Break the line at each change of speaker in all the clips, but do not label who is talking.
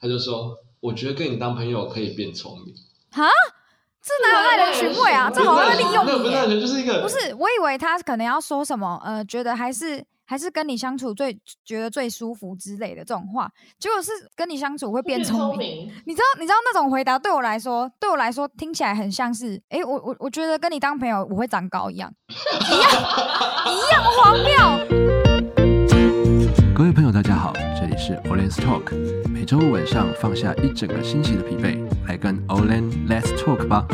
他就说，我觉得跟你当朋友可以变聪明。
哈，这哪有耐人寻味啊？这好像会利用
那个不
你
是
耶、
那个就是一个
不是，我以为他可能要说什么，呃，觉得还是还是跟你相处最觉得最舒服之类的这种话，结果是跟你相处会 变聪明。
明，
你知道，你知道那种回答对我来说，对我来说听起来很像是，诶，我我我觉得跟你当朋友我会长高一样，一样一样荒谬。
各位朋友，大家好，这里是 Olen's Talk，每周五晚上放下一整个星期的疲惫，来跟 Olen Let's Talk 吧。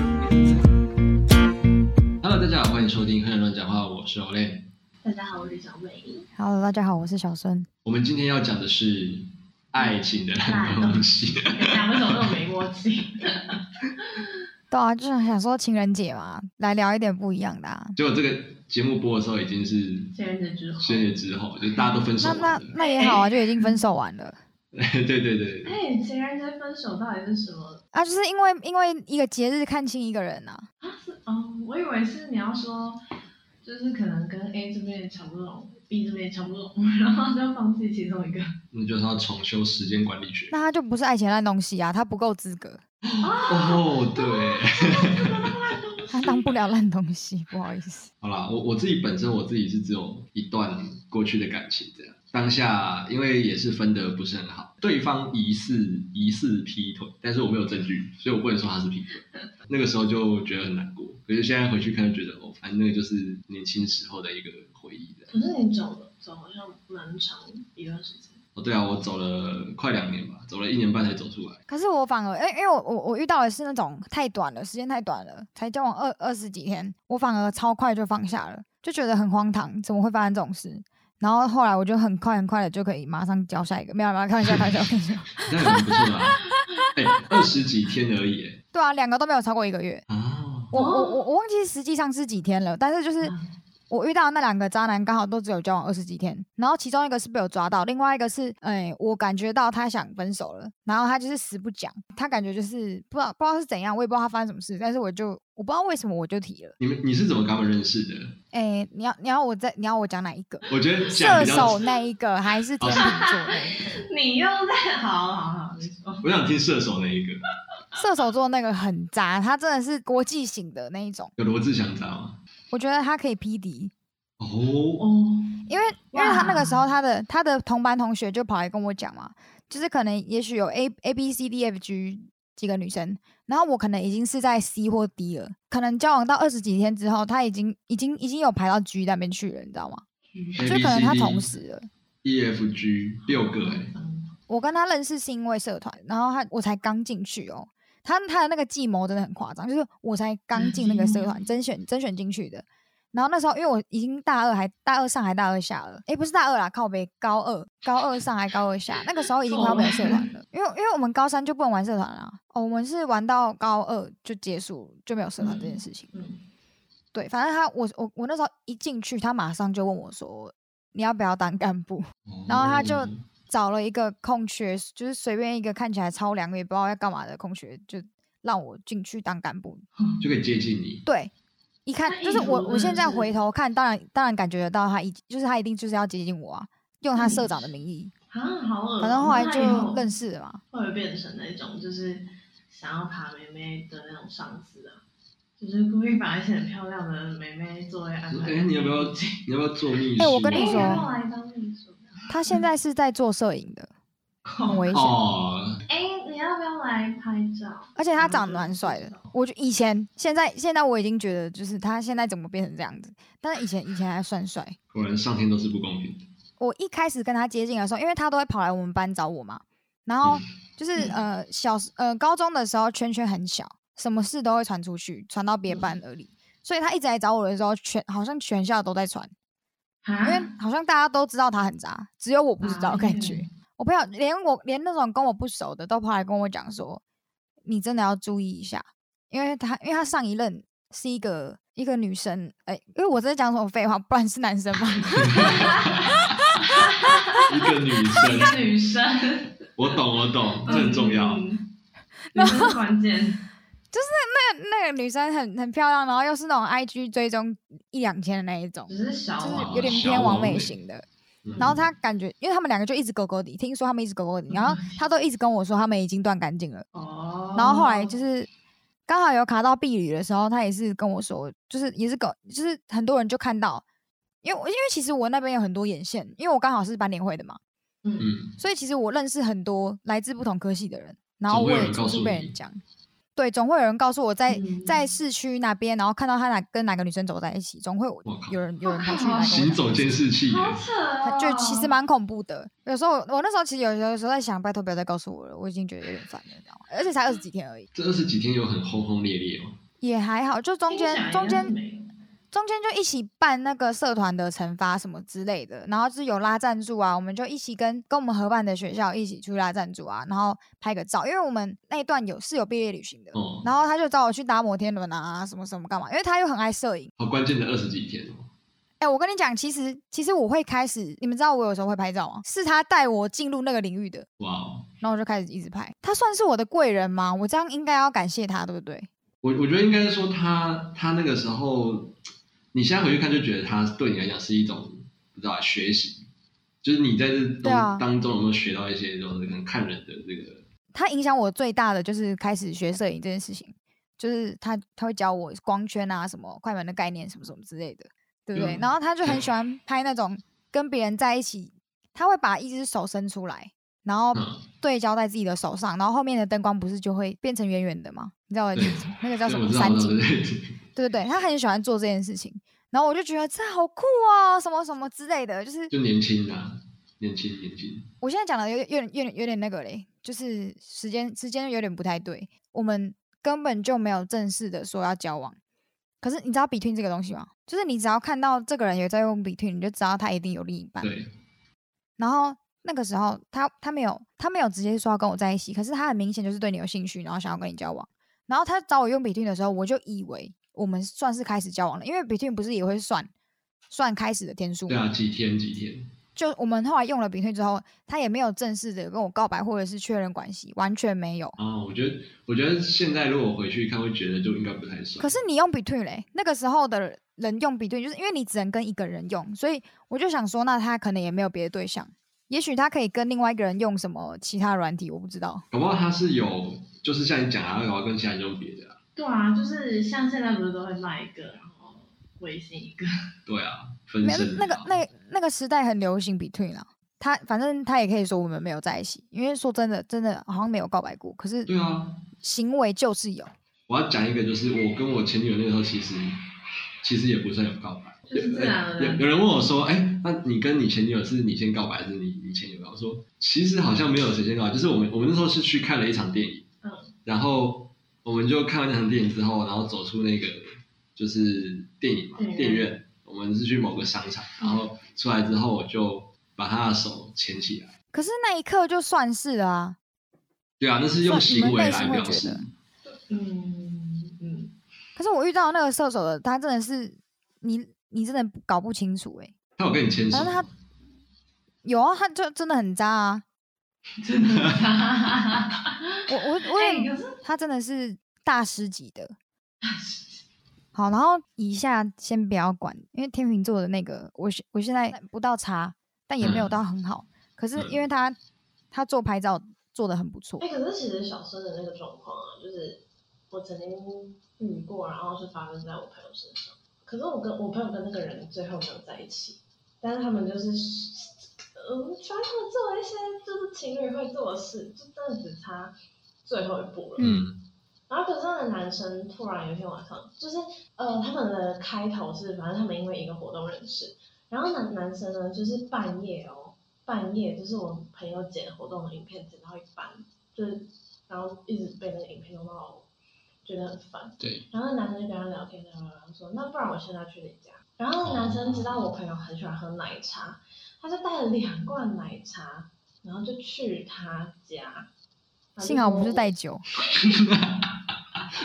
Hello，大家好，欢迎收听《黑人乱讲话》，我是 Olen。
大家好，我是小美。
Hello，大家好，我是小孙。
我们今天要讲的是爱情的那个东西。
等一下为什么那么没默契？
对啊，就是想说情人节嘛，来聊一点不一样的、啊。
结果这个节目播的时候已经是
情人节之后，
深夜之后，就是大家都分手
那那
了。
那也好啊，就已经分手完了。
对对对对，
哎、情人节分手到底是什么
啊，就是因为因为一个节日看清一个人啊，
啊？是哦，我以为是你要说，就是可能跟 A 这边也瞧不拢，B 这边也瞧不拢， 然后就放弃其中一个。
那就是要重修时间管 理学。
那他就不是爱情烂东西啊，他不够资格，
哦，对，
他当不了烂东西，不好意思。
好啦，我我自己本身我自己是只有一段过去的感情这样。当下因为也是分的不是很好，对方疑似疑似劈腿，但是我没有证据，所以我不能说他是劈腿。那个时候就觉得很难过，可是现在回去看就觉得哦，反正那个就是年轻时候的一个回忆这样。
可是你走了，走好像蛮长一段时间。
哦，对啊，我走了快两年吧，走了一年半才走出来。
可是我反而，因为因为我我我遇到的是那种太短了，时间太短了，才交往二二十几天，我反而超快就放下了，就觉得很荒唐，怎么会发生这种事？然后后来我就很快很快的就可以马上交下一个，没有没有，开玩笑开玩笑开玩笑，
那也蛮不错的、啊，哎、二十几天而已、哎
对啊，两个都没有超过一个月，
啊，
我我我我忘记实际上是几天了，但是就是
啊
我遇到的那两个渣男刚好都只有交往二十几天，然后其中一个是被我抓到，另外一个是，哎、我感觉到他想分手了，然后他就是死不讲，他感觉就是不知道不知道是怎样，我也不知道他发生什么事，但是我就我不知道为什么我就提了，
你们你是怎么跟他们认识的？
哎、你要你要我再你要我讲哪一个？
我觉得讲
射
比较
手那一个还是天秤座那一个？
你又在，好好好，你说。
我想听射手那一个，
射手座那个很渣，他真的是国际型的那一种，
有罗志祥渣吗？
我觉得他可以匹敌，
哦，
哦，
因为因为他那个时候
哇
他的他的同班同学就跑来跟我讲嘛，就是可能也许有 A A B C D F G 几个女生，然后我可能已经是在 C 或 D 了，可能交往到二十几天之后，他已经已经已经有排到 G 那边去了，你知道吗？
A
就
B
可能
C
他
D
同时了。
E F G 六个哎、
嗯
我跟他认识是因为社团，然后他我才刚进去哦。他他的那个计谋真的很夸张，就是我才刚进那个社团，甄选甄选进去的。然后那时候因为我已经大二还大二上还大二下了，诶，不是大二啦，靠北高二高二上还高二下，那个时候已经快要没有社团了，因为因为我们高三就不能玩社团啦、哦，我们是玩到高二就结束就没有社团这件事情。
嗯，
对，反正他我我我那时候一进去，他马上就问我说你要不要当干部？
哦
然后他就找了一个空缺，就是随便一个看起来超凉也不知道要干嘛的空缺，就让我进去当干部。
嗯
就可以接近你，
对，一看
那嗯
就是
意图
我，我
真
现
的
在
是
回头看，当然当然感觉得到他一就是他一定就是要接近我啊，用他社
嗯
长的名义，
啊，好恶哦。
反正后来
那以
就认识了嘛。
会不会变成那种就是想要爬妹妹的那种上司啊？就是故意把一些很漂亮的妹妹作为安
说
排。
哎、你要不要你要不要做秘书？
哎我跟你
哎
说
然后来当秘书。
他现在是在做摄影的，很危险。
哦，
哎、你要不要来拍照？
而且他
然后
长
就
得蛮帅
知
的
道，
我就以前现在现在我已经觉得就是他现在怎么变成这样子，但是以前以前还算帅。
果然上天都是不公平的。
我一开始跟他接近的时候，因为他都会跑来我们班找我嘛，然后
嗯
就是、
嗯
呃小时呃高中的时候圈圈很小，什么事都会传出去，传到别
嗯
班耳里，所以他一直来找我的时候，全好像全校都在传，因为
啊，
好像大家都知道他很渣，只有我不知道
啊
感觉。我朋友连我连那种跟我不熟的都跑来跟我讲说，你真的要注意一下，因为他因为他上一任是一个一个女生，哎、因为我在讲什么废话，不然是男生吗？
一个女
一
生，
个女生，
我懂我懂，这很重要。
嗯女生是关键。
那个女生很很漂亮，然后又是那种 IG 追踪一两千的那一种，
只是小
就是
王
有点
哦小
偏
王
完美
美
型的。
嗯
然后他感觉，因为他们两个就一直勾勾底，听说他们一直勾勾底，然后
嗯
他都一直跟我说他们已经断干净了。
哦，
然后后来就是刚好有卡到避旅的时候，他也是跟我说，就是也是跟，就是很多人就看到，因为我因为其实我那边有很多眼线，因为我刚好是班联会的嘛，
嗯，
嗯，
所以其实我认识很多来自不同科系的人，然后
总
我
会有
也
人
处
告
处
诉
被
你
人讲，对，总会有人告诉我在、
嗯
在市区那边，然后看到他哪跟哪个女生走在一起，总会有
我靠
有人有 人跑去来跟
哇
我
嗯行
讲。
走监视器耶，
好扯
他
哦，
就其实蛮恐怖的，有时候我我那时候其实有有时候在想，拜托不要再告诉我了，我已经觉得有点烦了，你知道吗？而且才二十几天而已，
这二十几天有很轰轰烈烈吗？
也还好，就中
听起来
间中
也很
间
美
中间就一起办那个社团的惩罚什么之类的，然后就是有拉赞助啊，我们就一起跟跟我们合办的学校一起去拉赞助啊，然后拍个照，因为我们那一段有是有毕业旅行的，
哦，
然后他就找我去搭摩天轮啊，什么什么干嘛，因为他又很爱摄影。
好关键的二十几天哦，
哎、我跟你讲，其实其实我会开始，你们知道我有时候会拍照吗？啊是他带我进入那个领域的，
哇哦！
然后我就开始一直拍。他算是我的贵人吗？我这样应该要感谢他，对不对？
我我觉得应该说他他那个时候，你现在回去看就觉得他对你来讲是一种不知道啊学习，就是你在这
对
中、
啊
当中有没有学到一些就是可能看人的这个
他影响我最大的就是开始学摄影这件事情，就是他他会教我光圈啊、什么快门的概念、什么什么之类的，对不对？
嗯
然后他就很喜欢拍那种跟别人在一起，他会把一只手伸出来，然后
嗯
对焦在自己的手上，然后后面的灯光不是就会变成圆圆的吗？你知道我的意思吗那个叫什
对我
么
知道，
散
我知道
景？
对对
对对对，他很喜欢做这件事情。然后我就觉得这好酷哦，什么什么之类的，就是
就年轻啊，年轻年轻，
我现在讲的有点、有点、有点、有点那个嘞，就是时间、时间有点不太对。我们根本就没有正式的说要交往，可是你知道 between 这个东西吗？就是你只要看到这个人有在用 between，你就知道他一定有另一半。
对，
然后那个时候他他没有他没有直接说要跟我在一起，可是他很明显就是对你有兴趣，然后想要跟你交往。然后他找我用 between 的时候，我就以为我们算是开始交往了，因为 between 不是也会算算开始的天数吗？
对啊，几天几天，
就我们后来用了比退之后，他也没有正式的跟我告白或者是确认关系，完全没有。
啊，我觉得我觉得现在如果回去看，会觉得就应该不太算，
可是你用比退嘞，那个时候的人用比退，就是因为你只能跟一个人用，所以我就想说，那他可能也没有别的对象，也许他可以跟另外一个人用什么其他软体，我不知道。
搞不好他是有，就是像你讲啊，搞不好跟其他人用别的啊，
对啊，就是像现在不是都会卖一个，然后微信一个，
对啊，分
没有
身
那个
啊
那那个时代很流行比退啦。他反正他也可以说我们没有在一起，因为说真的，真的好像没有告白过，可是
对啊，
行为就是有。
我要讲一个，就是我跟我前女友那个时候，其实其实也不算有告白。
就是啊自然而
有
然
有人问我说：“哎、那你跟你前女友是你先告白，还是你你前女友告白？”我说：“其实好像没有谁先告白，就是我们我们那时候是去看了一场电影，
嗯，
然后我们就看完那场电影之后，然后走出那个就是电影嘛，
嗯
电影院，我们是去某个商场，然后出来之后我就把她的手牵起来，
可是那一刻就算是了啊，
对啊，那是用
算你
行
们
为
内心
来
会
表
觉
示
得，
嗯嗯，
可是我遇到那个射手的，他真的是你，你真的搞不清楚哎、欸。
他有跟你牵手
反正他有啊，他就真的很渣啊。
真的吗？
我我我
哎、
也、
可是
他真的是大师级的。好，然后以下先不要管，因为天秤座的那个，我现我现在不到差，但也没
嗯
有到很好。可是
嗯
因为他他做拍照做的很不错
哎、，可是其实小生的那个状况啊，就是我曾经遇过，然后是发生在我朋友身上。可是我跟我朋友跟那个人最后没有在一起，但是他们就是，嗯，反正他们做了一些就是情侣会做的事，就真的只差最后一步了。
嗯，
然后可是那个男生突然有一天晚上，就是呃，他们的开头是，反正他们因为一个活动认识，然后男男生呢，就是半夜哦，半夜就是我朋友剪活动的影片剪到一半，就是然后一直被那个影片弄到我觉得很烦，
对，
然后那男生就跟他聊天，聊聊聊说，那不然我现在去你家，然后男生知道我朋友很喜欢喝奶茶，他就带了两罐奶茶，然后就去他
哎
家，然后就
幸好我
说
不是带酒。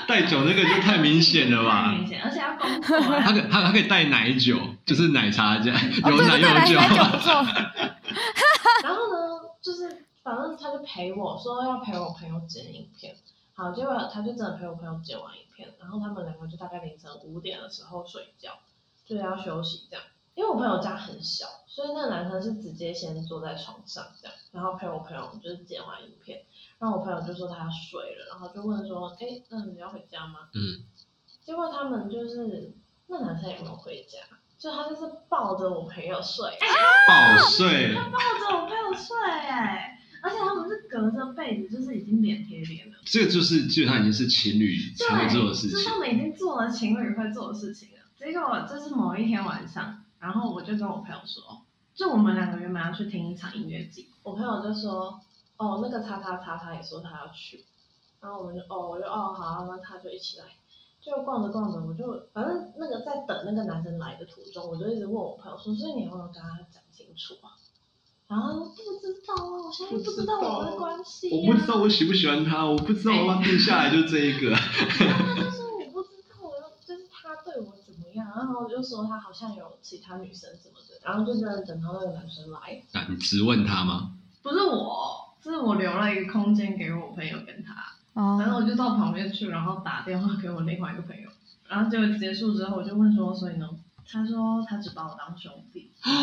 带酒那个就太明显了吧
太。明显，而且要工作啊、
他可他他可以带奶酒，就是奶茶加
哦，
有
对
奶
对对，来
有
来酒 不
酒，
错。
然后呢，就是反正他就陪我说要陪我朋友剪影片，好，结果他就真的陪我朋友剪完影片，然后他们两个就大概凌晨五点的时候睡觉，就要休息这样。因为我朋友家很小，所以那个男生是直接先坐在床上这样，然后陪我朋友就是剪完影片，然后我朋友就说他睡了，然后就问说，哎、那你要回家吗？
嗯，
结果他们就是那男生也没有回家，就他就是抱着我朋友睡，啊
爆睡，
他抱着我朋友睡、哎，而且他们是隔着被子，就是已经脸贴脸了，
这个就是基本上已经是情侣
对，
才会做的事
就是
情
他。们已经做了情侣会做的事情了。啊结果就是某一天晚上，然后我就跟我朋友说，就我们两个原本要去听一场音乐季，我朋友就说，哦，那个叉叉叉叉也说他要去，然后我们就哦，我就哦好啊，那他就一起来。就逛着逛着，我就反正那个在等那个男生来的途中，我就一直问我朋友说，所以你有没有跟他讲清楚啊？然后他说不知道啊，我现在不知道我们的关系、啊。
我不知道我喜不喜欢他，我不知道我要定下来就这一个。
他就说我不知道，我就就是他对我怎么样，然后我就说他好像有其他女生什么的，然后就真的等到那个男生来，
啊，你直问他吗？
不是我，是我留了一个空间给我朋友跟他，
哦
然后我就到旁边去，然后打电话给我另外一个朋友，然后结果结束之后，我就问说，所以呢？他说他只把我当兄弟，
兄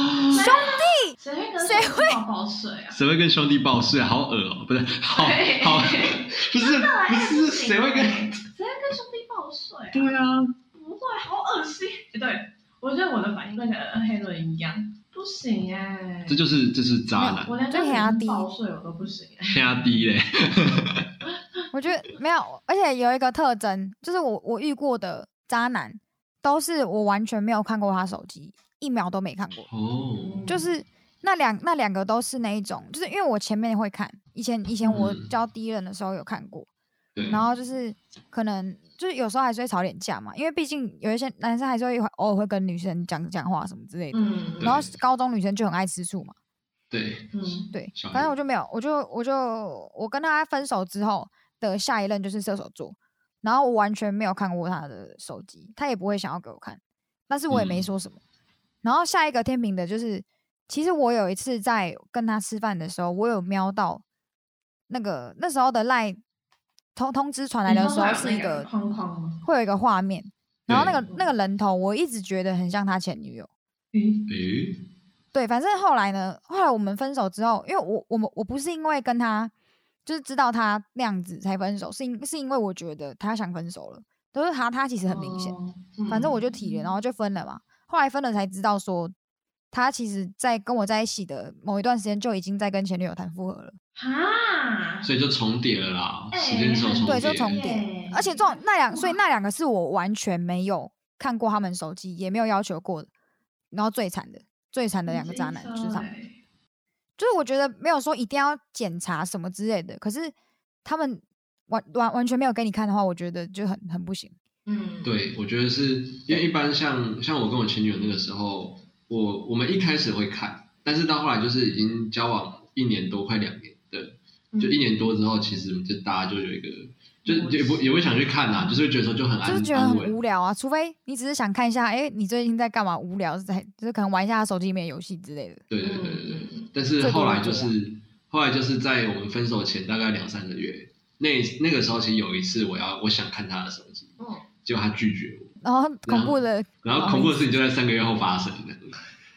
弟，谁会跟
谁
会抱抱睡啊？
谁会跟兄弟爆睡？好恶哦、 不是， 好好，不是不是，谁会跟？
谁会跟兄弟抱睡啊？
对啊，
不会，好恶心。哎对，我觉得我的反应跟黑人一样，不行哎、
这就是这是渣男，
我连
这黑阿
跟
弟
你报税我都不行哎、
压低嘞。
我觉得没有，而且有一个特征，就是我我遇过的渣男，都是我完全没有看过他手机，一秒都没看过。
哦，
嗯
就是那两那两个都是那一种，就是因为我前面会看，以前以前我
嗯
教第一人的时候有看过，
嗯
对，
然后就是可能就是有时候还是会吵点架嘛，因为毕竟有一些男生还是会偶尔会跟女生讲讲话什么之类的，
嗯
然后
对
高中女生就很爱吃醋嘛，
对，
嗯，
对
小，
反
孩
正我就没有，我就我就我跟他分手之后的下一任就是射手座，然后我完全没有看过他的手机，他也不会想要给我看，但是我也没
嗯
说什么。然后下一个天平的就是，其实我有一次在跟他吃饭的时候，我有瞄到那个那时候的赖通通知传来的时候是一个
框框吗？
会有一个画面，然后那
哦对
个那个人头我一直觉得很像他前女友。
咦，
诶，
对，反正后来呢，后来我们分手之后，因为我我们我不是因为跟他就是知道他那样子才分手，是因是因为我觉得他想分手了，都是他他其实很明显，
哦，嗯
反正我就提了，然后就分了嘛。后来分了才知道说，他其实在跟我在一起的某一段时间就已经在跟前女友谈复合了，
哈，
所以就重叠了啦，
哎
时间是有重叠，
对，就重叠
耶。
而且这种那两，所以
哎哇
那两个是我完全没有看过他们手机，也没有要求过的，然后最惨的最惨的两个渣男就是他们。
哎
就是我觉得没有说一定要检查什么之类的，可是他们完完完全没有给你看的话，我觉得就很很不行。
嗯，，
对，我觉得是因为一般像像我跟我前女友那个时候，我我们一开始会看，但是到后来就是已经交往一年多，快两年的，
嗯
就一年多之后，其实就大家就有一个，就是
嗯
也不也会想去看啊呐、就是会觉得说就很安
就是觉得
安
很
稳，
无聊啊，除非你只是想看一下，哎、你最近在干嘛？无聊在就是可能玩一下他手机里面的游戏之类的。
对对对对对。
嗯，
但是后来就
最
是后来就是在我们分手前大概两三个月，那那个时候其实有一次我要我想看他的手机，
嗯
结果他拒绝我，
然后恐怖的，
然后恐怖的事情就在三个月后发生的。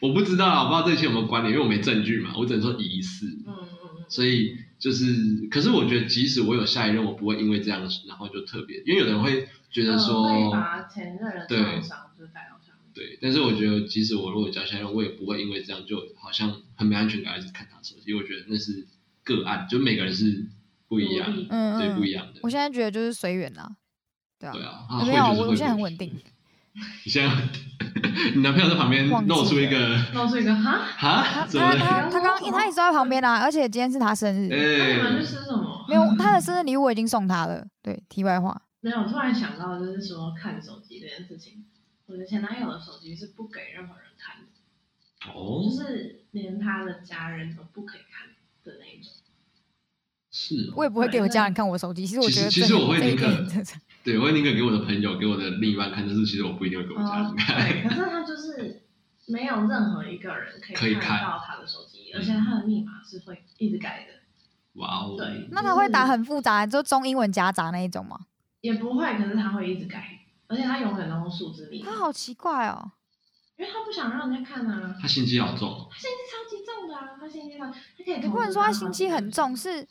我不知道啊，我不知道这些有没有关联，因为我没证据嘛，我只能说疑似。
嗯嗯
所以就是，可是我觉得即使我有下一任，我不会因为这样，然后就特别，因为有的人会觉
嗯
得说，
嗯会把前任的创伤就是带到上面，
对，但是我觉得，即使我如果交下任，我也不会因为这样就好像很没安全感，还是看他手机。我觉得那是个案，就每个人是不一样，
嗯
嗯
对，不一
嗯，
样的
我。现在觉得就是随缘啦，对啊，
对啊，啊
没有，
会就是
我
会
我现在很稳定，
你现在 你男朋友在旁边
忘记了
露出一个
露出一个哈，
哈，
他
怎么
他
了？
他他刚他一直在旁边啊，而且今天是他生日，
那你们去
哎，
吃什么？
没有他的生日礼物我已经送他了。对，题外话，
没有，我突然想到就是说看手机这件事情，我的前男友的手机是不给任何人看的，就
哦，
是连他的家人都不可以看的那一种。
是哦，
我也不会给我家人看我手机。其实我
其
觉
实
得
其
这
实
很
我会
这一
宁可
点很正常
对，我会宁可给我的朋友、给我的另一半看，但是其实我不一定会给我家
哦
人，看。
对，可是他就是没有任何一个人
可
可
以
以
看
看到他的手机，而且他的密码是会一直改的，
哇哦，
对
那他会打很复杂，就中英文夹杂那一种吗？
也不会，可是他会一直改，而且他永远都用数字密码
他。好奇怪哦，
因为他不想让人家看啊。
他心机好重哦，
他心机超级重的啊，他心机超，他可以。
你不能说他心机很，重，是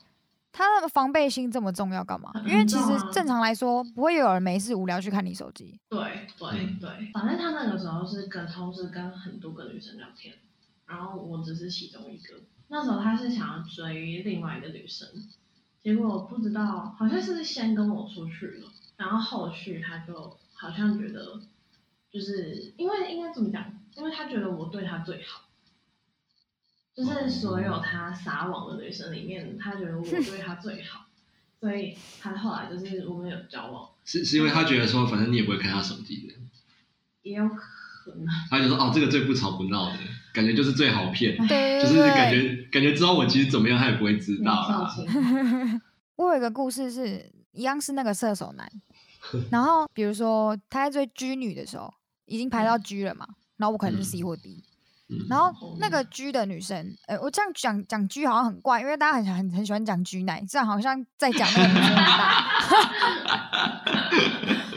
他的防备心这么重要干嘛？因为
很
其
重
实
啊
正常来说，不会有人没事无聊去看你手机。
对对
嗯
对，反正他那个时候是跟同时跟很多个女生聊天，然后我只是其中一个。那时候他是想要追另外一个女生，结果不知道好像是先跟我出去了，然后后续他就好像觉得，就是因为应该怎么讲，因为他觉得我对他最好。就是所有他撒网的女生里面，他觉得我对他最好，所以他后来就是我们有交往，
是是因
嗯
为他觉得说，反正你也不会看他手机的，
也有可能
他就说哦，这个最不吵不闹的，感觉就是最好骗，
对
就
对
是感
嗯对对，
觉感觉知道我其实怎么样，他也不会知道啦。
没有造型
我有一个故事是一样是那个射手 男，然后比如说他在追 G 女的时候，已经排到 G 了嘛，然后我可能是 C 或 D，
嗯
然后那个 G 的女生，呃，我这样讲讲 G 好像很怪，因为大家很很很喜欢讲 G 奶，这样好像在讲那个女生很大。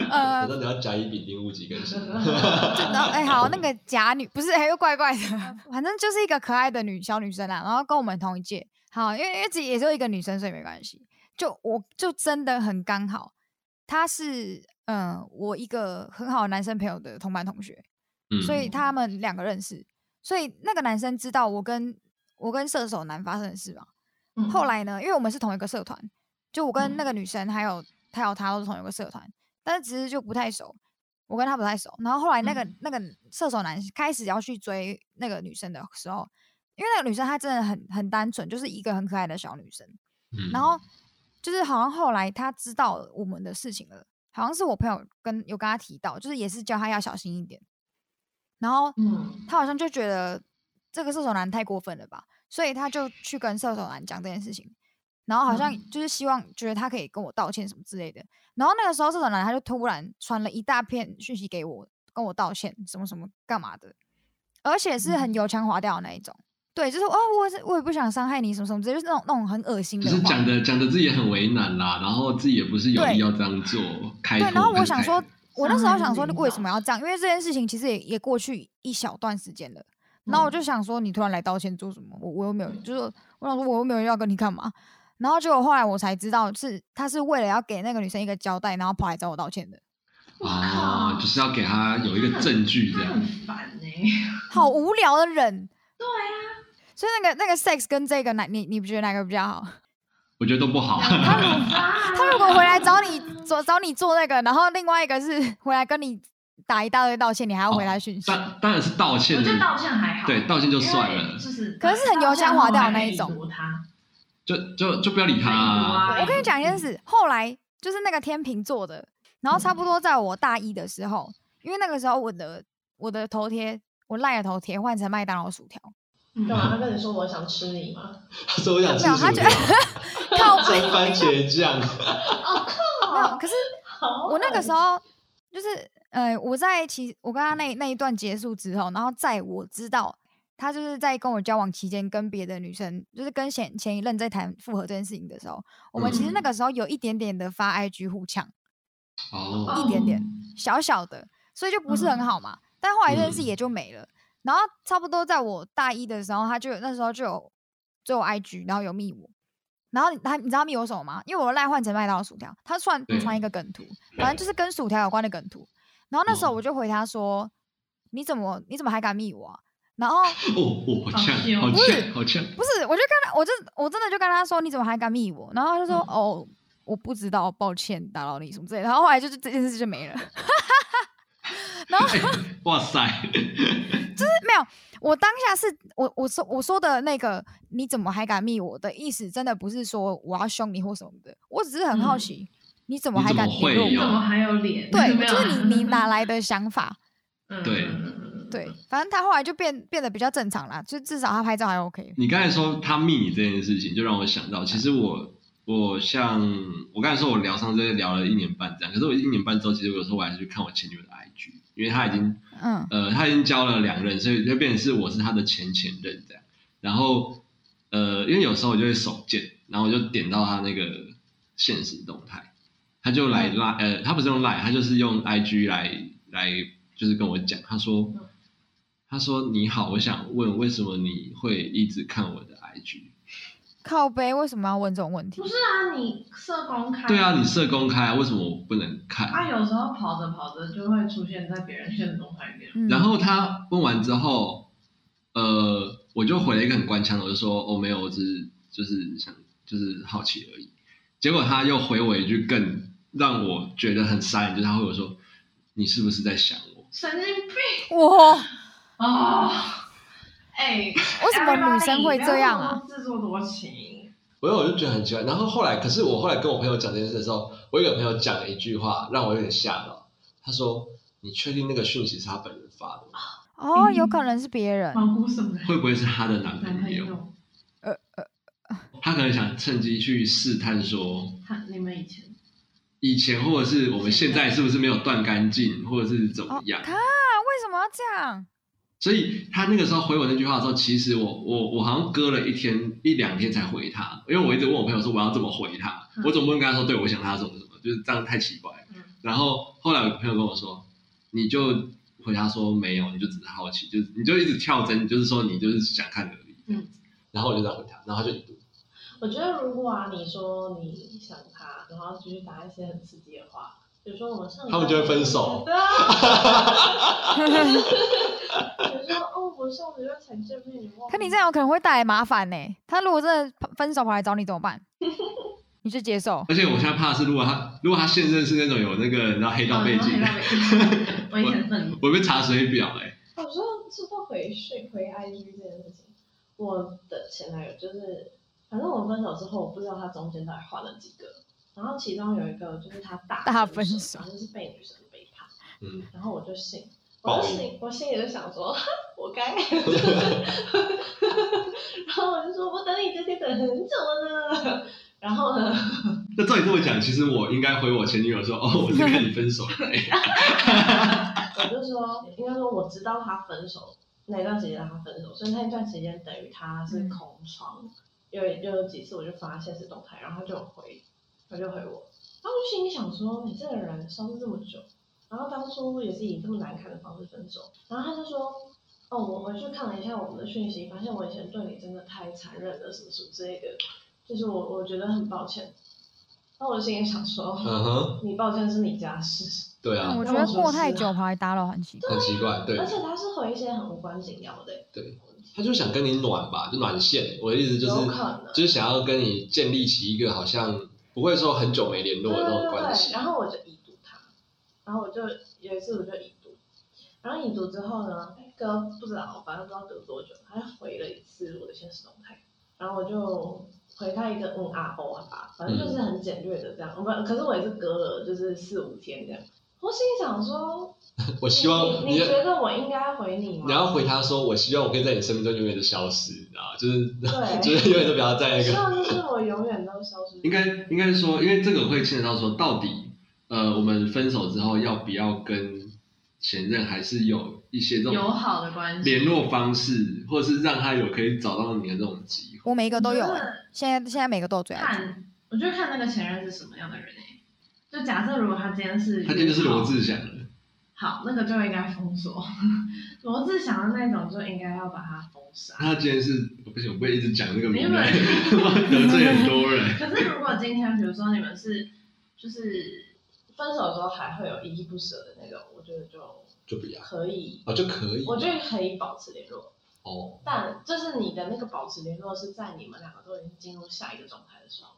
呃，
底要甲乙丙丁戊己庚辛？
嗯就然后哎、好，那个假女不是哎、又怪怪的， 反正就是一个可爱的女小女生啦，然后跟我们同一届，好，因为因为自己也就一个女生，所以没关系。就我就真的很刚好，她是嗯、呃我一个很好的男生朋友的同班同学，
嗯
所以他们两个认识，所以那个男生知道我跟我跟射手男发生的事嘛。
嗯
后来呢，因为我们是同一个社团，就我跟那个女生还有还有她都是同一个社团，但是其实就不太熟，我跟她不太熟。然后后来那个、那个射手男开始要去追那个女生的时候，因为那个女生她真的很很单纯，就是一个很可爱的小女生。
嗯
然后就是好像后来他知道了我们的事情了，好像是我朋友跟有跟他提到，就是也是叫他要小心一点。然后
嗯，
他好像就觉得这个射手男太过分了吧，所以他就去跟射手男讲这件事情，然后好像
嗯
就是希望觉得他可以跟我道歉什么之类的。然后那个时候射手男他就突然传了一大片讯息给我，跟我道歉什么什么干嘛的，而且是
嗯
很油腔滑调的那一种。对，就是哦，我是我也不想伤害你什么什么之类，就是那种那种很恶心
就
的
是
话。
讲的讲的自己也很为难啦，然后自己也不是有意要这样做，开
对，
拓
然后我
更
想
开
说，我那时
伤
候
害
想说，
领
为什
导
么要这样？因为这件事情其实也也过去一小段时间了。然后我
嗯
就想说，你突然来道歉做什么？我我又没有，就是我想说，我又没有要跟你干嘛。然后结果后来我才知道是，他是为了要给那个女生一个交代，然后跑来找我道歉的，
啊，就是要给他有一个证据这
他
样
嗯
很。烦呢、
好
嗯
无聊的人。
对啊，
所以那个那个 sex 跟这个哪你你不觉得哪个比 较好？
我觉得都不好，
他如果回来找你找找你做那个，然后另外一个是回来跟你打一大堆道歉，你还要回
哦
来讯息。
当当然是道
我
歉
觉，得道歉还好，
对，道歉就算
因为
了，
就是
可是很油腔滑调的那一种
道歉后还可以读他
就就就不要理他啊。
啊，
我跟你讲一件事，后来就是那个天秤座的，然后差不多在我大一的时候，因为那个时候我的我的头贴，我赖的头贴换成麦当劳薯条，
嗯，
干嘛？他跟你说我想吃你吗？
他说我想
吃没有他薯觉得 靠背
沾番茄酱，
没有。可是
好
我那个时候就是，呃，我在其我跟他那那一段结束之后，然后在我知道他就是在跟我交往期间跟别的女生，就是跟前前一任在谈复合这件事情的时候，我们其实那个时候有一点点的发 IG 互呛。
哦，
一点点小小的，所以就不是很
嗯
好嘛。但后来这件事
嗯
也就没了。然后差不多在我大一的时候，他就有那时候就有追我 IG，然后有密我。然后他你知道他密我什么吗？因为我赖换成麦当劳薯条，他传
对
传一个梗图，反正就是跟薯条有关的梗图。然后那时候
哦
我就回他说：“你怎么你怎么还敢密我啊？” 然后
哦哦，好呛
好凶，
好
不是
呛，好呛，
不是，我就跟他，我就我真的就跟他说，你怎么还敢密我？然后他就说，
嗯
哦，我不知道，抱歉打扰你什么之类的。然后后来就是这件事就没了。
哎哇塞，
没有，我当下是我我说我说的那个，你怎么还敢密我的意思，真的不是说我要凶你或什么的，我只是很好
嗯
奇，你怎么还
你怎
敢
么会
联络
你怎
有
我？
么还有脸？
对，
没有
就是你你哪来的想法？
嗯
对
嗯
对，反正他后来就变变得比较正常啦，就至少他拍照还 OK。
你刚才说他密你这件事情，就让我想到，其实我我像我刚才说，我聊上次聊了一年半这样，可是我一年半之后，其实有时候我还是去看我前女友的 IG，因为她已经
嗯，
呃她已经交了两任，所以就变成是我是她的前前任这样。然后呃，因为有时候我就会手贱，然后我就点到她那个现实动态，她就来拉呃，她不是用 line，她就是用 IG 来来就是跟我讲，她说他说：“你好，我想问为什么你会一直看我的 IG？”
靠背为什么要问这种问题
不？是啊，你社公开。
对啊，你设公开啊，为什么我不能看？
啊，有时候跑着跑着就会出现在别人线动态里面。
嗯
然后他问完之后，呃，我就回了一个很官腔的，我就说：“哦，没有，我只是就是想就是好奇而已。”结果他又回我一句更让我觉得很傻眼，就是他回我说：“你是不是在想我？”
神经病
哇，
哦！哎、
为什么女生会这样啊？
不要自作多情。
我有我就觉得很奇怪。然后后来，可是我后来跟我朋友讲这件事的时候，我有个朋友讲了一句话，让我有点吓到。他说：“你确定那个讯息是他本人发的吗？
哦，
嗯
有可能是别人，啊
毛骨悚然。
会不会是她的
男
男朋
朋
友？
友，
她可能想趁机去试探说，
他你们以前
以前或者是我们现在是不是没有断干净，或者是怎么
哦，
样？
看为什么要这样？
所以他那个时候回我那句话的时候，其实我我我好像隔了一天一两天才回他，因为我一直问我朋友说我要怎么回他，
嗯
我总不能跟他说对我想他什么什么，就是这样太奇怪了。
嗯
然后后来有个朋友跟我说，你就回他说没有，你就只是好奇，就是你就一直跳针，你就是说你就是想看而已这样子。然后我就这样回他，然后他就已读。
我觉得如果啊，你说你想他，然后继续打一些很刺激的话，比如说我们上礼拜
他们就会分手
对啊，比如说哦，我上礼拜才见面，你忘了？
可你这样有可能会带来麻烦呢、他如果真的分手跑来找你怎么办？你就接受？
而且我现在怕的是，如果他如果他现任是那种有那个你知道嗯黑道背
哦
景，
啊
然后黑道背景我以前很
我被查水表哎、欸
我说知道回睡回 IG 这件事情，我的前男友就是，反正我们分手之后，我不知道他中间到底换了几个，然后其中有一个就是他大
大
分
分
手，
手
然后就是被女生背叛，
嗯，
然后我就信，我
报
就
应
心我心里就想说， 我该，然后我就说我等你这天等很久了呢，然后呢，
那照你这么讲，其实我应该回我前女友说，哦，我是跟你分手的、欸
我就说，应该说我知道他分手那一段时间让他分手，所以那一段时间等于他是空窗。有有几次我就发现实动态，然后他就有回，他就回我，然后我就心里想说，你这个人消失这么久，然后当初也是以这么难看的方式分手，然后他就说。哦，我回去看了一下我们的讯息，发现我以前对你真的太残忍了，什么什么之类的，就是我我觉得很抱歉。那我心里想说，
嗯哼，
你抱歉是你家事，
对啊，
我觉得过太久跑来打扰很奇怪。
很奇怪，对
嗯而且他是回一些很无关紧要的、
对，他就想跟你暖吧，就暖线。我的意思就
有
是
可能，
就是想要跟你建立起一个好像不会说很久没联络的那种关系。
然后我就已读他，然后我就有一次我就已读，然后已读之后呢，哥不知道，反正不知道隔多久，他就回了一次我的现实动态，然后我就回他一个嗯啊哦啊啊，反正就是很简略的这
嗯
样。我们可是我也是隔了就是四五天这样，我心里想说，
我希望你
你你觉得我应该回你吗？
你要回他说，我希望我可以在你生命中永远的消失，你知道吗就是
对
就是永远都不要在那
希
个。
望就是啊我永远都消失。
应该应该说，因为这个会牵扯到说，到底呃，我们分手之后要不要跟前任，还是有一些这
友
种
好的关系，
联络方式，或者是让他有可以找到你的这种机会。
我每一个都有、
我觉
欸
得，
现在现在每个都有啊最爱。
看，我就看那个前任是什么样的人
欸
哎、就假设如果他今天是
他今天就是罗
好
志祥了，
好，那个就应该封 锁。罗志祥的那种就应该要把他封杀。
他今天是不行，我不会一直讲这个名
没有
字， 得罪很多人。
可是如果今天比如说你们是就是
分手的时候还会有依依不舍的那种，我觉得就
就不要
可以，
哦，就可以。
我觉得可以保持联络，
哦，
但就是你的那个保持联络是在你们两个都已经进入下一个状态的时候，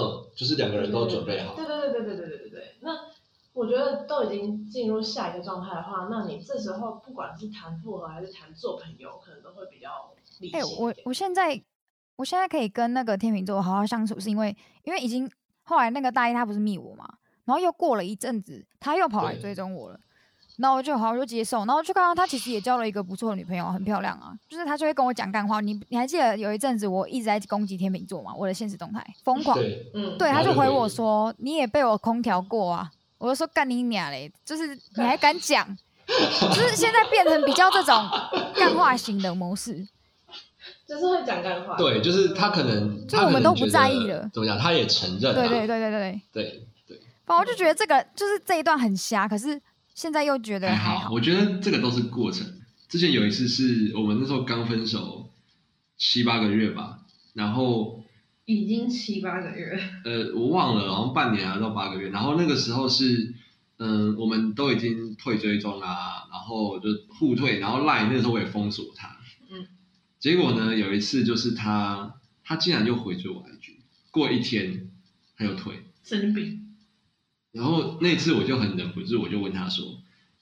嗯，就是两个人都准备好
对。对对对对对对对对。那我觉得都已经进入下一个状态的话，那你这时候不管是谈复合还是谈做朋友，可能都会比较理性
哎、
一
我
点。
我现在我现在可以跟那个天秤座好好相处，是因为因为已经后来那个大一他不是密我嘛，然后又过了一阵子，他又跑来
对
追踪我了。然后我就好，我就接受。然后就看到他其实也交了一个不错的女朋友，很漂亮啊。就是他就会跟我讲干话。你你还记得有一阵子我一直在攻击天秤座嘛？我的现实动态疯狂
对，
嗯，
对，
然
他
后
就
就
回
回
我
你
说：“你也被我空调过啊！”我就说：“干你娘嘞！”就是你还敢讲，就是现在变成比较这种干化型的模式。
就是会讲干话。
对，就是他可能，
就
他可能
我们都不
觉得
在意了
怎么讲？他也承认
对
了，
对对对对对，
对对
反正我就觉得这个就是这一段很瞎，可是现在又觉得
还
还
好。
好。
我觉得这个都是过程，之前有一次是我们那时候刚分手七八个月吧，然后
已经七八个月，
呃我忘了，好像半年还到八个月，然后那个时候是。嗯，我们都已经退追踪啦，然后就互退，然后赖那时候我也封锁他。
嗯。
结果呢，有一次就是他，他竟然又回追我 IG，过一天他又退，
神经病。
然后那次我就很忍不住，我就问他说，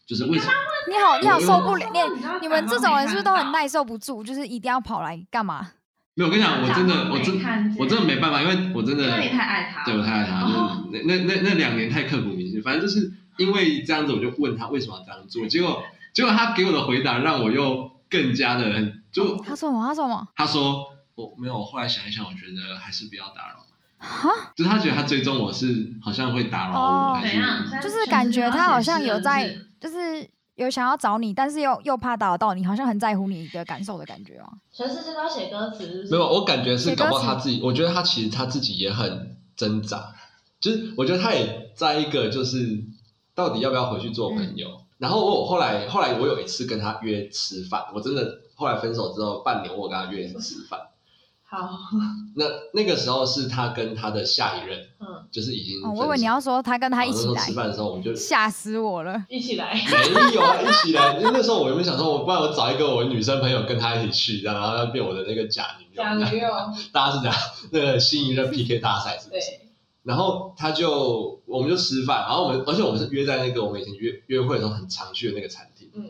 就是为什么？
你好，
哦
你好
我
受不了，
我
你你们这种人是不是都很？耐受不住？就是一定要跑来干嘛？
没有，我跟你讲，我真的，我真
假装没看，见
我真的没办法，因为我真
因
的，
为你太爱他。
对我太爱他，
哦
就是那那那那两年太刻骨铭心，反正就是因为这样子，我就问他为什么要这样做，结果结果他给我的回答让我又更加的很就
他说什么？他说什么？
他说我没有，我后来想一想，我觉得还是不要打扰，
哈，
就是他觉得他追踪我是好像会打扰我，嗯
哦
还
怎
是
样？现在
就是感觉他好像有
全
在
世界，
就是有想要找你，但是又又怕打扰到你，好像很在乎你的感受的感觉哦。
全世界都要写歌词，是不是
没有，我感觉是
写
搞
歌
不好
词
他自己，我觉得他其实他自己也很挣扎，就是我觉得他也在一个就是到底要不要回去做
嗯
朋友。然后我后来后来我有一次跟他约吃饭，我真的后来分手之后半年，我有跟他约吃饭。
好，
那那个时候是他跟他的下一任，
嗯，
就是已经
哦，
分手
我以为你要说他跟他一起
然后那时候
来
吃，饭的时候，我们就
吓死我了。
一起来，
没有啊，一起来。因为那时候我原本想说，我不然我找一个我女生朋友跟她一起去，这样然后要变我的那个假女友。
假女友，
大家是这样，那个新一任 PK 大赛是不是？
对，
然后他就我们就吃饭，然后我们而且我们是约在那个我们以前约约会的时候很常去的那个餐厅，
嗯，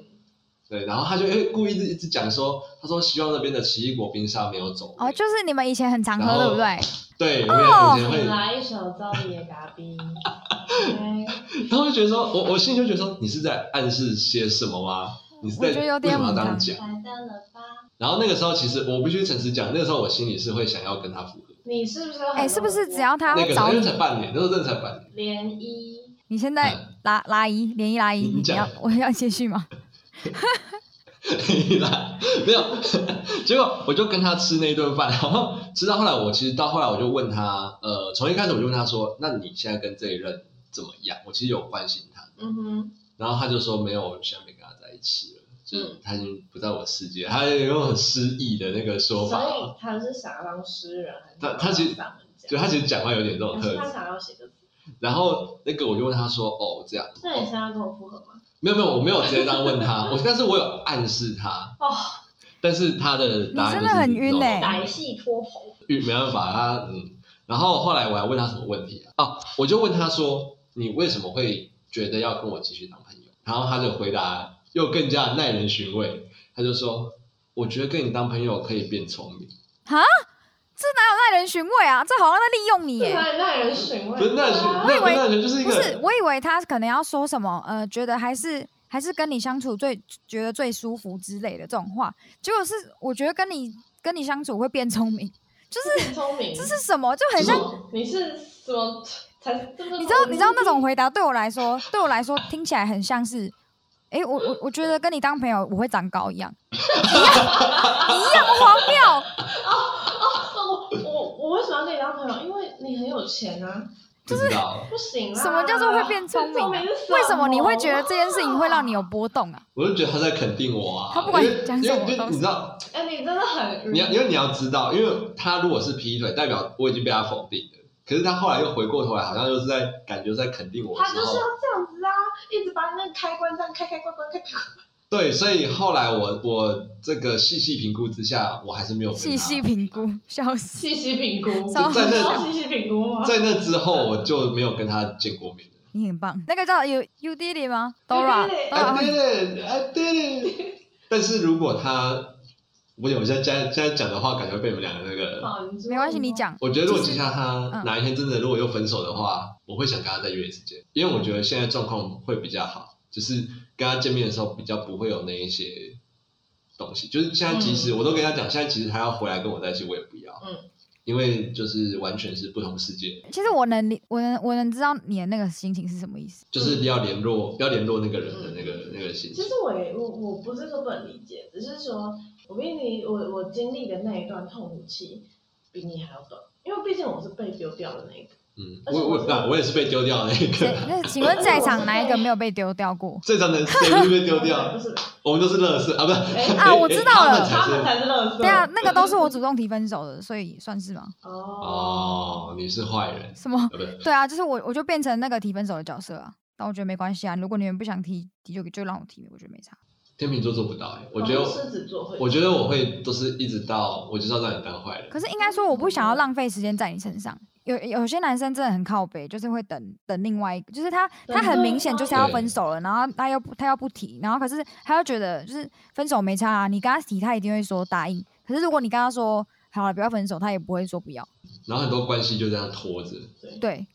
对，然后他就哎故意一直一直讲说，他说希望那边的奇异果冰沙没有走
哦，就是哦你们以前很常喝，
然后
对不对？
对，我们有以前
请
会，
来一首赵丽的《嘎逼》，OK，
然后就觉得说我我心里就觉得说你是在暗示些什么吗？你是在
我觉得有
为
点
什么要这样
母
讲？
来到了吧？
然后那个时候其实我必须诚实讲，那个时候我心里是会想要跟他复合，
你是不是有很多啊
哎，是不是只要他
那
要
个时
找
候因
你
为，才半年，那时候真的才半年。
涟漪？
你现在
嗯
拉拉一连一拉一，
你
你
讲
要 我要接续吗？
你来， 没有， 结果我就跟他吃那一顿饭，然后吃到后来，我其实到后来我就问他，呃，从一开始我就问他说，那你现在跟这一任怎么样？我其实有关心他，
嗯哼，
然后他就说没有，我现在没跟他在一起了，就是他已经不在我世界，他也用很诗意的那个说
所
法，
以他是想要当诗人，还是
他他其实
想要当散文家
就他其实讲话有点这种
还
特
是他
质。
想要写歌词？
然后那个我就问他说，哦，这样，
那你现
哦、
在要跟我复合吗？
没有没有，我没有直接这样问他，我但是我有暗示他，
哦，
但是他的答案
你真的很晕
哎、
欸
歹戏拖棚，
哎
没办法，他嗯。然后后来我还问他什么问题啊？哦，我就问他说：“你为什么会觉得要跟我继续当朋友？”然后他就回答又更加耐人寻味，他就说：“我觉得跟你当朋友可以变聪明。
这哪有耐人寻味啊？这好像在利用你
这
耶！
蛮耐人寻”味的啊。
不是耐人寻，那
以为
耐人就是一
不
个
是，我以为他可能要说什么，呃，觉得还是还是跟你相处最觉得最舒服之类的这种话，结果是我觉得跟你跟你相处会变聪明，就是
很聪明，
这是什么？就很像
你是什么才？这不是
你知道你知道那种回答对我来说，对我来说听起来很像是，诶，我我我觉得跟你当朋友我会长高一样，一样一样荒谬。
哦，我我我为什么要跟你当朋友？因为你很有钱啊，
不知道。
不行啊！
什么叫做会变聪明、啊？为什么你会觉得这件事情会让你有波动啊？
我就觉得他在肯定我啊。
他不管
因为
讲什么
因为就
都是
你知道，
哎、你真的很
你要因为你要知道，因为他如果是劈腿，代表我已经被他否定了。可是他后来又回过头来，好像又是在感觉在肯定我的
他
时
就
候
是要这样子啊，一直把那个开关这样开开关关开 开关。
对，所以后来我我这个细细评估之下，我还是没有分
细
他
细评估，笑死！
细细评估，
在那
你知道细细评估吗？
在那之后，我就没有跟他见过面了。
你很棒。那个叫有 U D D 吗？Dora
Udili
I
Dora
did it, I did it。但 是如果他，我有现在现在讲的话，感觉被你们两个那个。
好，你
没关系，你。讲。
我觉得如果
就
接
是
下来他
嗯
哪一天真的如果又分手的话，我会想跟他再约一次见，因为我觉得现在状况会比较好，就是跟他见面的时候比较不会有那一些东西。就是现在即
嗯
使我都跟他讲，现在其实他要回来跟我在一起，我也不要。
嗯，
因为就是完全是不同世界，
其实我能理，我能我能知道你的那个心情是什么意思。
就是要联络要联络那个人的那
嗯
个那个心
其
情
实。我也我我不是说不能理解，只是说我比你我我经历的那一段痛苦期比你还要短，因为毕竟我是被丢掉的那一个。
嗯，
而且
我
我
我那我也是被丢掉的那
谁
个，
那请问在场哪一个没有被丢 掉过？
最 常能谁会被丢
不
掉？
是
我们都是乐色啊，不是
哎
啊我知道了
哎他
他
们
们
才是
才是乐色。
对啊，那个都是我主动提分手的，所以算是吗？
哦，
哦，你是坏人，
什么
啊？不是
对啊，就是我我就变成那个提分手的角色啊。但我觉得没关系啊，如果你们不想提，提就就让我提，我觉得没差。
天秤座做不到哎，我觉得
哦狮子座会，
我觉得我会都是一直到我就是要让你当坏人，
可是应该说，我不想要浪费时间在你身上。有有些男生真的很靠北，就是会等等另外一个，就是他他很明显就是要分手了，然后他又不他又不提，然后可是他又觉得就是分手没差啊，你跟他提他一定会说答应，可是如果你跟他说好了不要分手，他也不会说不要。
然后很多关系就这样拖着，
对，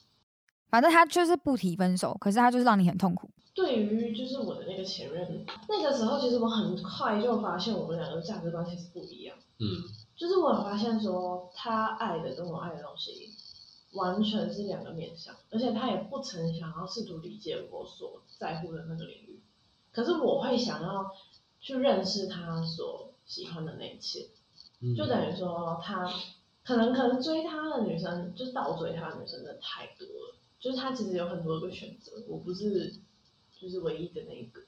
反正他就是不提分手，可是他就是让你很痛苦。
对于就是我的那个前任，那个时候其实我很快就发现我们两个价值观其实不一样。
嗯，
就是我有发现说，他爱的跟我爱的东西完全是两个面向，而且他也不曾想要试图理解我所在乎的那个领域。可是我会想要去认识他所喜欢的那一切，
嗯
就等于说他可能可能追他的女生，就是倒追他的女生真的太多了，就是他其实有很多个选择，我不是就是唯一的那一个，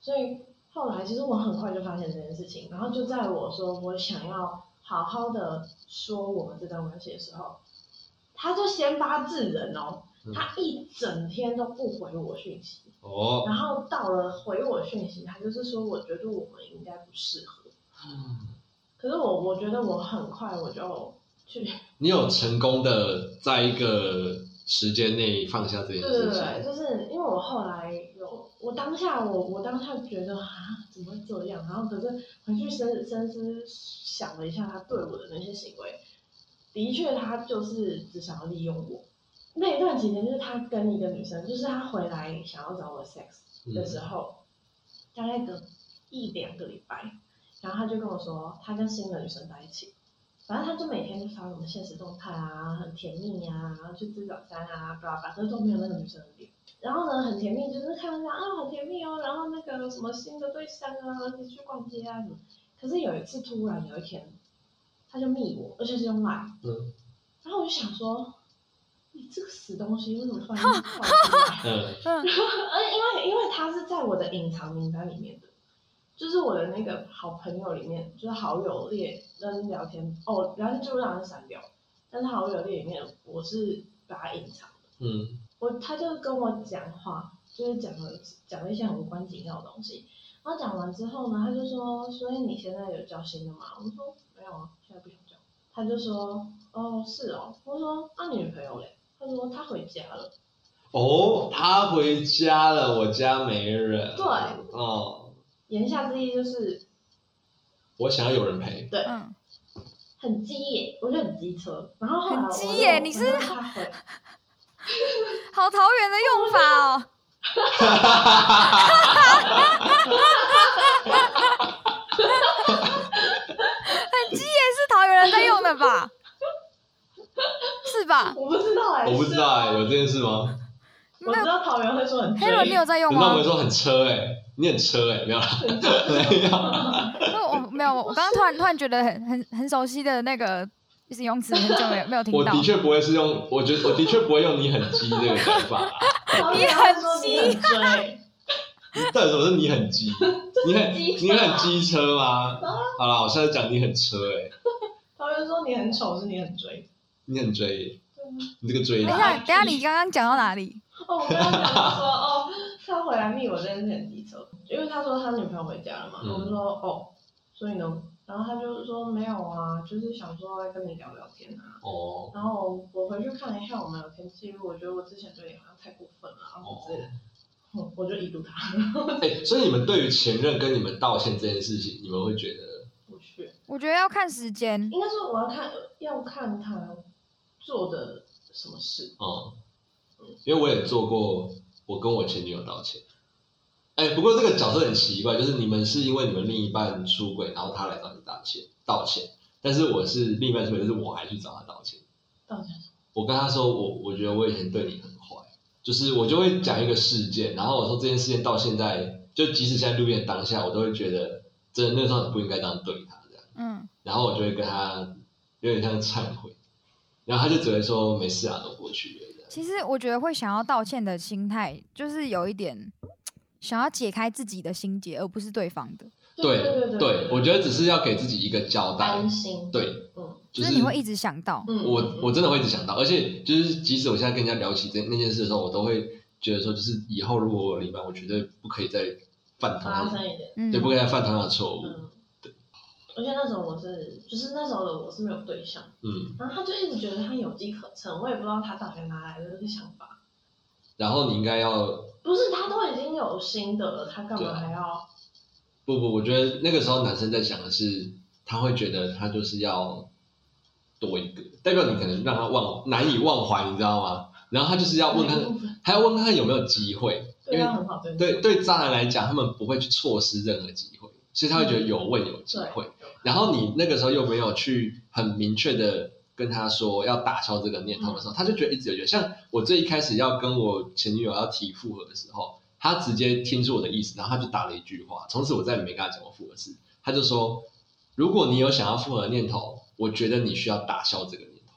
所以后来其实我很快就发现这件事情，然后就在我说我想要好好的说我们这段关系的时候，他就先发制人哦
嗯，
他一整天都不回我讯息，
哦，
然后到了回我讯息，他就是说我觉得我们应该不适合。可是我我觉得我很快我就去，
你有成功的在一个时间内放下这件
对
事
对
情，
对，就是因为我后来有，我当下我我当下觉得啊怎么会这样，然后可是回去深深思想了一下他对我的那些行为，的确他就是只想要利用我。那一段期间就是他跟一个女生，就是他回来想要找我 sex，的时候，大概隔一两个礼拜，然后他就跟我说，他跟新的女生在一起，反正他就每天就发什么现实动态啊，很甜蜜啊，然后去吃早餐啊，巴拉巴拉，可是都没有那个女生的脸。然后呢，很甜蜜，就是看到这样啊，好甜蜜哦。然后那个什么新的对象啊，一起去逛街啊什么。可是有一次突然有一天，他就密我，而且是用 line。
嗯。
然后我就想说，你这个死东西，为什么突然间跳出来？
嗯，
嗯，
而因为因为他是在我的隐藏名单里面的，就是我的那个好朋友里面，就是好友列跟聊天哦，聊天记录让人删掉，但是好友列里面我是把它隐藏的。
嗯
我他就跟我讲话，就是讲了讲了一些很无关紧要的东西。然后讲完之后呢，他就说：“所以你现在有交新的吗？”我说：“没有啊，现在不想交。”他就说：“哦，是哦。”我说：“那、你女朋友嘞？”他说：“她回家了。”
哦，他回家了，我家没人。
对
哦，
言下之意就是
我想要有人 陪。
对，
嗯，
很鸡耶，我觉得很机车。然后后来
很
我
鸡
就
耶你是
我就发回
好桃园的用法哦。很鸡也是桃园人在用的 吧？是吧？
我不知道哎、
我不知道哎、有这件事吗？
是，我知道桃园会说很
黑伦，你有在用
那
吗
我？们说很车哎、你很车哎、没有啦，没有。
那 我没有，我刚刚突然突然觉得很很很熟悉的那个就是用词，很久没有没有听
我
到
的。确不会是用，我觉得我的确不会用你很鸡这个讲法啦。
桃
你
园
很
会说你很 追，
到底什么是你很鸡？你很
机车
你很机车吗？好啦，我下次讲你很车哎、
桃园说你很丑是你很追。
你很追，
啊
对
你这个追
等一
男。
下，等一下，你刚刚讲到哪里？
哦，我跟他讲说哦，他回来密我这件事很机车，因为他说他女朋友回家了嘛，
嗯
我就说哦，所以呢，然后他就说没有啊，就是想说来跟你聊聊天啊。
哦，
然后我回去看了一下我们聊天记录，我觉得我之前对你好像太过分了，然后之类的，我我就已读他，
哦哎、所以你们对于前任跟你们道歉这件事情，你们会觉得
不去。
我觉得要看时间，
应该说我要看要看他做的什么事，
哦、因为我也做过，我跟我前女友道歉。哎、不过这个角色很奇怪，就是你们是因为你们另一半出轨，然后他来找你道歉道歉，但是我是另一半出轨，就是我还去找他道歉。
到底是
我跟他说，我我觉得我以前对你很坏，就是我就会讲一个事件，然后我说这件事件到现在，就即使现在录音的当下，我都会觉得真的那时候很不应该这样对他这样，
嗯，
然后我就会跟他有点像忏悔，然后他就只会说没事啊，都过去了。这样
其实我觉得会想要道歉的心态，就是有一点想要解开自己的心结，而不是对方的。
对
对对
对，我觉得只是要给自己一个交代
担。心，
对，
嗯
就是你会一直想到，
嗯，
我我真的会一直想到，而且就是即使我现在跟人家聊起这那件事的时候，我都会觉得说，就是以后如果我有另一半，我绝对不可以再犯同
发
样，
生一点，
嗯
对，，不可以再犯同样的错误。
嗯，而且那时候我是，就是那时候的我是没有对象，
嗯，
然后他就一直觉得他有机可乘，我也不知道他到底哪来的这个想法。
然后你应该要
不是他都已经有新的了，他干
对
嘛
啊
还要？
不不，我觉得那个时候男生在想的是，他会觉得他就是要多一个，代表你可能让他忘难以忘怀，你知道吗？然后他就是要问
哪一部
看
分，
还要问看看有没有机会，
对
因
他
为
很好对
对对渣男来讲，他们不会去错失任何机会，所以他会觉得有问有机
嗯对
会。然后你那个时候又没有去很明确的跟他说要打消这个念头的时候，
嗯
他就觉得一直有觉得，像我最一开始要跟我前女友要提复合的时候，他直接听出我的意思，然后他就打了一句话，从此我再也没跟他讲过复合事，他就说，如果你有想要复合的念头，我觉得你需要打消这个念头，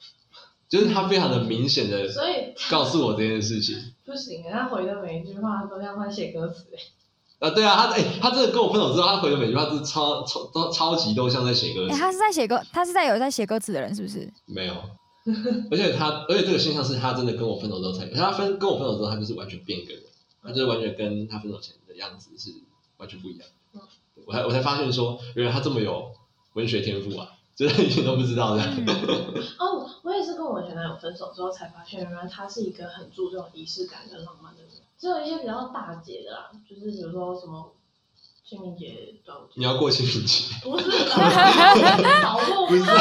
就是他非常的明显的
所以
告诉我这件事情。
不行，欸他回的每一句话都像在写歌词欸，
啊，对啊，他哎、他真的跟我分手之后，他回的每句话是超超都超级都像在写歌
哎、
词，
他是在写歌，他是在有在写歌词的人，是不是？
没有。而且他，而且这个现象是他真的跟我分手之后才有，他分跟我分手之后，他就是完全变一个人，他就是完全跟他分手前的样子是完全不一样
嗯。
我才我才发现说，原来他这么有文学天赋啊，就是以前都不知道的。
嗯，
哦，我也是跟我前男友分手之后才发现，原来他是一个很注重仪式感跟浪漫的人。只有一些比较大节的啦，就是比如说什么清明节、端午节，
你要过清明节，
不是搞
不是？
过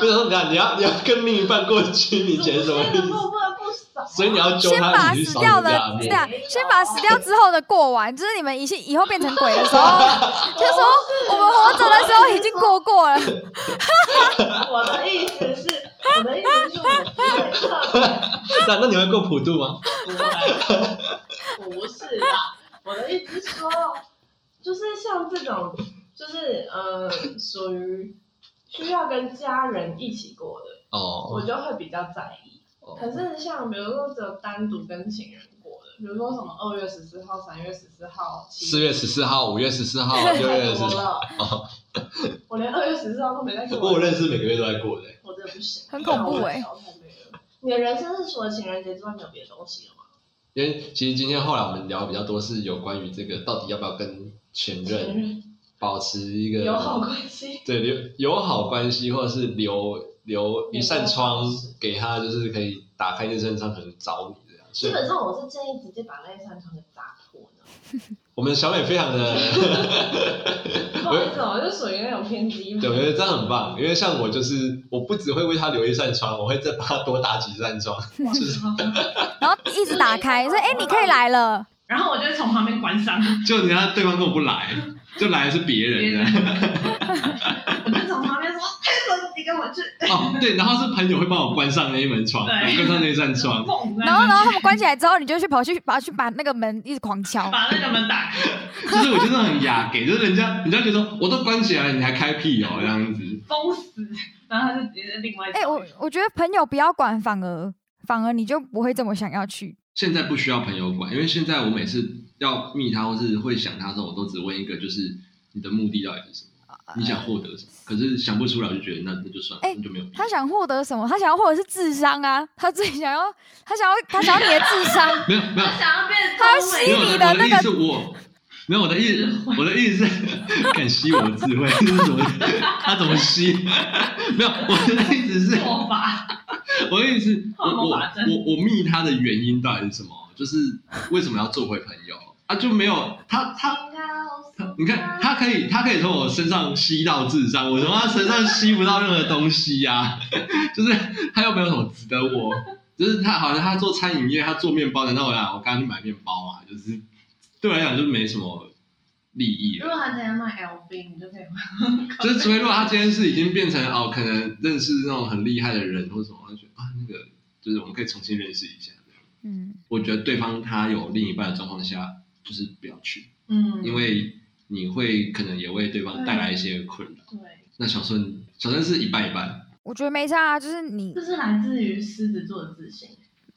不是说你要你要你要跟另一半过清明节是什么意思？所以你要揪
先
他
把
一起去
死
扫你
掉的
家墓
对。啊，先把死掉之后的过完，就是你们以以后变成鬼的时候， 就说我们活着的时候已经过过了，
我的意思是，我的意思是，我不会特别
那那你会过普渡吗？
不会，不是啦，我的意思是说，就是像这种，就是呃，属于需要跟家人一起过的，我
哦，
就会比较在意。
哦
可是像比如说只有单独跟情人过的，比如说什么二月十四号、三月十四号、七
四月十四号、五月十四号、哦啊六月
太
十
多
四，哦
了， 我连二月十四号都没在
不
过
过。我认识每个月都在过的欸、
我真的不行，
很恐怖
哎、
欸
你的人生是除了情人节之外没有别的东西了吗？
因为其实今天后来我们聊比较多是有关于这个到底要不要跟前
情
任
人
保持一个
友好关系，
对友友好关系，或者是留留一扇窗给他，就是可以打开那扇窗，可能找你这样。所
基
以
本上我是建议直接把那一扇窗给砸破的。
我们小美非常的，
不好意思哦，我就属于那种偏激嘛。
对，我觉得这样很 棒，因为像我就是我不只会为他留一扇窗，我会再帮他多打几扇窗，就是
然后一直打开说，哎、你可以来了，
然后我就会从旁边关上，
就你让对方跟我不来，就来的是别
别
人
人
的。
我就从旁边说：“哎，我你跟我去。
哦，对，然后是朋友会帮我关上那一门窗，
对
关上那一扇窗。
砰”
然后然后他们关起来之后，你就去跑去把去把那个门一直狂敲，
把那个门打开，
就是我觉得很雅给，就是人家人家觉得说我都关起来了，你还开屁哦这样子。
封死，然后他就直接另外。
哎、我我觉得朋友不要管，反而反而你就不会这么想要去。
现在不需要朋友管，因为现在我每次要密他或是会想他的时候，我都只问一个，就是你的目的到底是什么？你想获得什么？可是想不出来，我就觉得那那就算了，
哎
那就没有必要。。
他想获得什么？他想要获得是智商啊！他最想要，他想要，他想要你的智商
没有没有
他想要变
他
聪
吸
明
没有，我
你的
的
那个
意思是我。没有，我的意思，我的意思是， 敢吸我的智慧， 这是什么？他怎么吸？ 没有，我的意思是，
做法，
我的意思，我
换
我
魔
我
法阵
我密他的原因到底是什么？就是为什么要做回朋友？啊，就没有他他他，你看他可以他可以从我身上吸到智商，我从他身上吸不到任何东西呀、 就是他又没有什么值得我，就是他好像他做餐饮业，他做面包，难道我俩我刚刚去买面包啊？就是对我来讲就没什么利益
如
了。
果他今天卖 LV，你就可以买。
就是除非如果他今天是已经变成哦，可能认识那种很厉害的人或什么，我就觉得啊，那个就是我们可以重新认识一下。
嗯，
我觉得对方他有另一半的状况下，就是不要去，
嗯，
因为你会可能也为对方带来一些困扰。
对，
那小顺，小顺是一半一半，
我觉得没差啊，就是你
这是来自于狮子座的自信。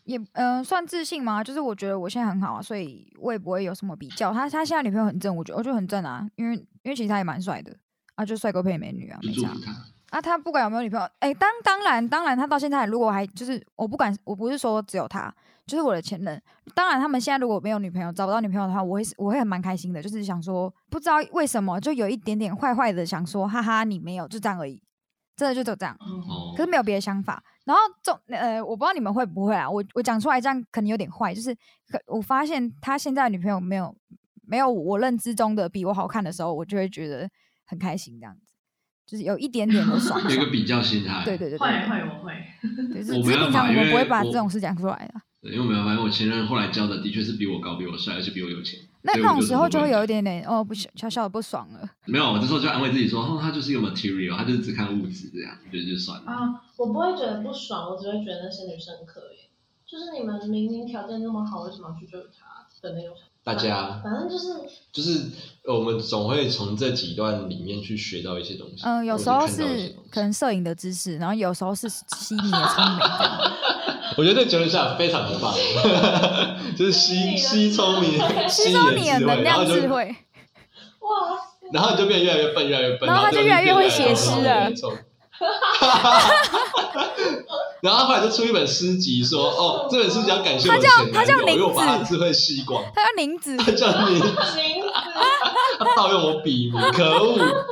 也嗯、呃算自信吗？就是我觉得我现在很好啊，所以我也不会有什么比较。他他现在女朋友很正，我觉得我觉得很正啊，因为因为其实他也蛮帅的啊，就帅哥配美女啊，
就
没
祝
差
福他。
啊。他不管有没有女朋友，哎、当当然当然，他到现在如果还就是我不管，我不是说只有他，就是我的前任。当然他们现在如果没有女朋友，找不到女朋友的话，我会我会很蛮开心的，就是想说不知道为什么就有一点点坏坏的想说，哈哈，你没有，就这样而已，真的就只有这样。
哦，
哦
可，是没有别的想法。然后重呃，我不知道你们会不会啊，我我讲出来这样可能有点坏，就是可我发现他现在的女朋友没有没有我认知中的比我好看的时候，我就会觉得很开心，这样子，就是有一点点 的爽
有一个比较心态。
对对对
会
对
会我会，
对，只
我
是只
没
是平
办
常
法
我
因
们不
为
会把
我
这种事讲出来的。啊
对，因为我没有发现我前任后来交的的确是比我高、比我帅，而且比我有钱。
那
所以
那
我
种
就
时
是
候
不
就
会
会有一点点哦，不小小小的不爽了。
没有，我这时候就安慰自己说，哦，他就是一个 material，他就是只看物质这样，我觉得就算
哦
了。
啊，
我不会觉得不爽，我只会觉得那些女生很可怜，就是你们明明条件那么好，为什么要去追她的那种想法。
大家
反正就是
就是呃我们总会从这几段里面去学到一些东西。
嗯，有
或者
时候
看到一些
是
东西
可能摄影的知识，然后有时候是吸你的聪明这样。
我觉得这结论下非常的棒， 就是吸吸聪明，
吸收你的
智慧
能量
然后就
智慧，
哇，
然后你就变得越来越笨，越来越笨，
然后他就越来越会写诗了
了。 然后后来就出一本诗集说，哦，这本诗集要感谢我的前男友，
他叫他叫林
因为我把他
子
的智慧吸光，
他要宁子，
他叫你，
林子，
他盗用我笔名，可恶！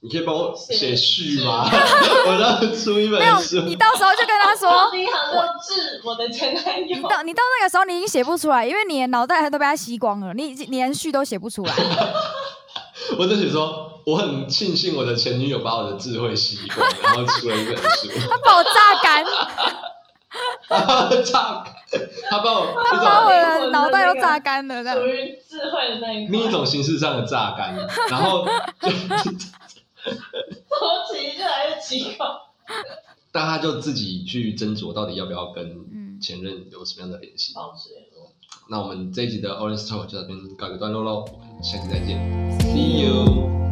你可以帮我写序吗？ 我要出一本
没有
书，，
你到时候就跟他说，
你很弱智，我的前男友
你。到你到那个时候，你已经写不出来，因为你的脑袋都被他吸光了，你已经连续都写不出来。
我只写说，我很庆幸我的前女友把我的智慧吸光，然后出了一本书。
他爆榨感，
炸，他把我一
他
种
把我的脑袋都榨干了，这
属
样。
于智慧的那一块，
另一 种形式上的榨干，然后就
逻辑越来越奇怪。
但他就自己去斟酌到底要不要跟
嗯，
前任有什么样的联系。
保持联络。
那我们这一集的 Orange Talk 就到这边告一个段落喽，我们下期再见，See you。